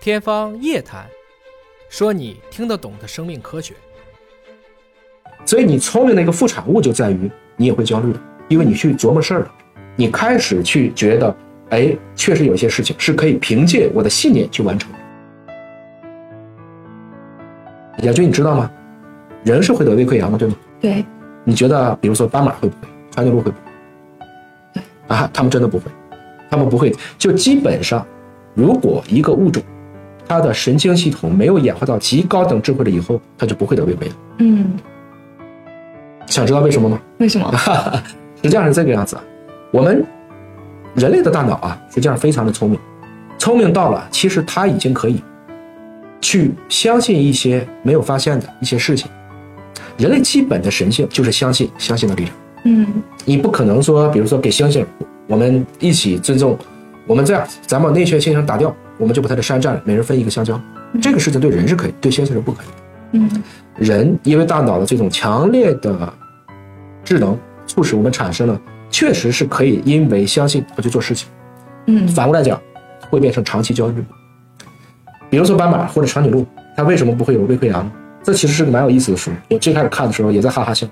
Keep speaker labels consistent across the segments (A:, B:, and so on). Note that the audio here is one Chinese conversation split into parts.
A: 天方夜谭，说你听得懂的生命科学。
B: 所以你聪明的一个副产物就在于你也会焦虑，因为你去琢磨事儿了，你开始去觉得，哎，确实有些事情是可以凭借我的信念去完成的。亚军，你知道吗？人是会得胃溃疡的，对吗？
C: 对，
B: 你觉得，比如说斑马会不会？长颈鹿会不会？啊，他们真的不会，他们不会。就基本上，如果一个物种，它的神经系统没有演化到极高等智慧了以后，它就不会得胃溃疡。
C: 嗯，
B: 想知道为什么吗？
C: 为什么？
B: 实际上是这个样子啊。我们人类的大脑啊，实际上非常的聪明，聪明到了，其实它已经可以去相信一些没有发现的一些事情。人类基本的神性就是相信，相信的力量。
C: 嗯
B: 你不可能说，比如说给猩猩，我们一起尊重，我们这样，咱把内圈猩猩打掉，我们就把它的山占了，每人分一个香蕉。这个事情对人是可以，对猩猩是不可以的。
C: 嗯
B: 人因为大脑的这种强烈的智能，促使我们产生了，确实是可以因为相信而去做事情。
C: 嗯
B: 反过来讲，会变成长期焦虑。比如说斑马或者长颈鹿，它为什么不会有胃溃疡？这其实是个蛮有意思的书。我最开始看的时候也在哈哈笑，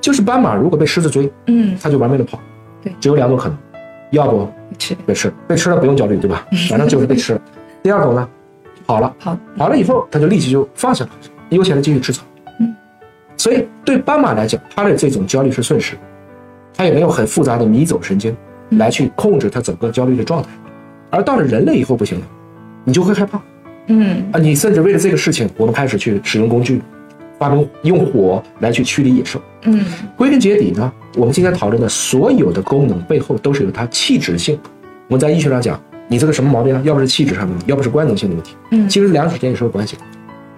B: 就是斑马如果被狮子追，
C: 嗯，
B: 它就玩命的跑。
C: 对
B: 只有两种可能，要不
C: 吃
B: 被吃，被吃了不用焦虑，对吧？反正就是被吃了。第二种呢，跑了，
C: 好，
B: 跑了以后，它就力气就放下了，悠闲的继续吃草。
C: 嗯，
B: 所以对斑马来讲，它的这种焦虑是瞬时，它也没有很复杂的迷走神经
C: 嗯
B: 来去控制它整个焦虑的状态。而到了人类以后不行了，你就会害怕
C: 嗯
B: 啊！你甚至为了这个事情，我们开始去使用工具，发明用火来去驱离野兽。
C: 嗯
B: 归根结底呢，我们今天讨论的所有的功能背后都是有它器质性。我们在医学上讲，你这个什么毛病啊？要不是气质上的问题，要不是官能性的问题。
C: 嗯
B: 其实两者之间也是有关系的。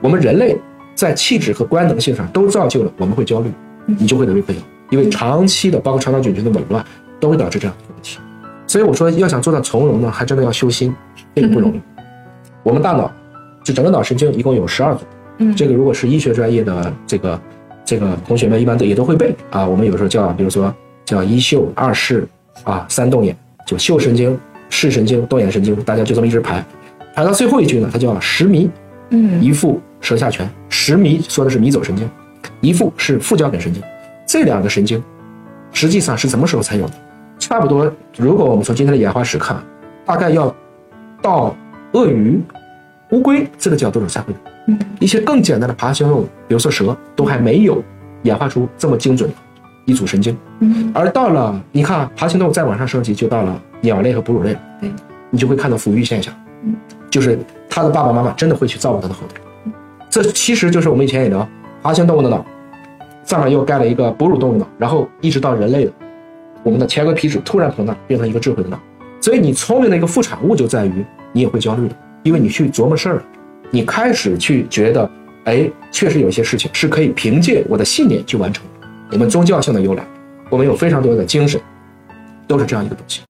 B: 我们人类在气质和官能性上都造就了我们会焦虑，
C: 嗯
B: 你就会得胃溃疡，因为长期的包括肠道菌群的紊乱都会导致这样的问题。所以我说，要想做到从容呢，还真的要修心，这个不容易。
C: 嗯
B: 我们大脑就整个脑神经一共有十二组，
C: 嗯，
B: 这个如果是医学专业的这个这个同学们，一般都也都会背啊。我们有时候叫，比如说叫一嗅、二视啊、三动眼，就嗅神经、视神经、动眼神经，大家就这么一直排，排到最后一句呢，它叫十迷，
C: 嗯
B: 一副舌下醛，十迷说的是迷走神经，一副是副交感神经，这两个神经实际上是什么时候才有的？差不多，如果我们从今天的演化史看，大概要到鳄鱼、乌龟这个角度才会有。
C: 嗯
B: 一些更简单的爬行动物，比如说蛇，都还没有演化出这么精准的一组神经。
C: 嗯
B: 而到了你看啊爬行动物再往上升级，就到了鸟类和哺乳类了
C: 对，
B: 你就会看到抚育现象
C: 嗯，
B: 就是它的爸爸妈妈真的会去照顾它的后代。这其实就是我们以前也聊，爬行动物的脑上面又盖了一个哺乳动物脑，然后一直到人类的，我们的前额皮质突然膨大，变成一个智慧的脑。所以你聪明的一个副产物就在于你也会焦虑的，因为你去琢磨事儿了，你开始去觉得，哎，确实有些事情是可以凭借我的信念去完成的。我们宗教性的由来，我们有非常多的精神，都是这样一个东西。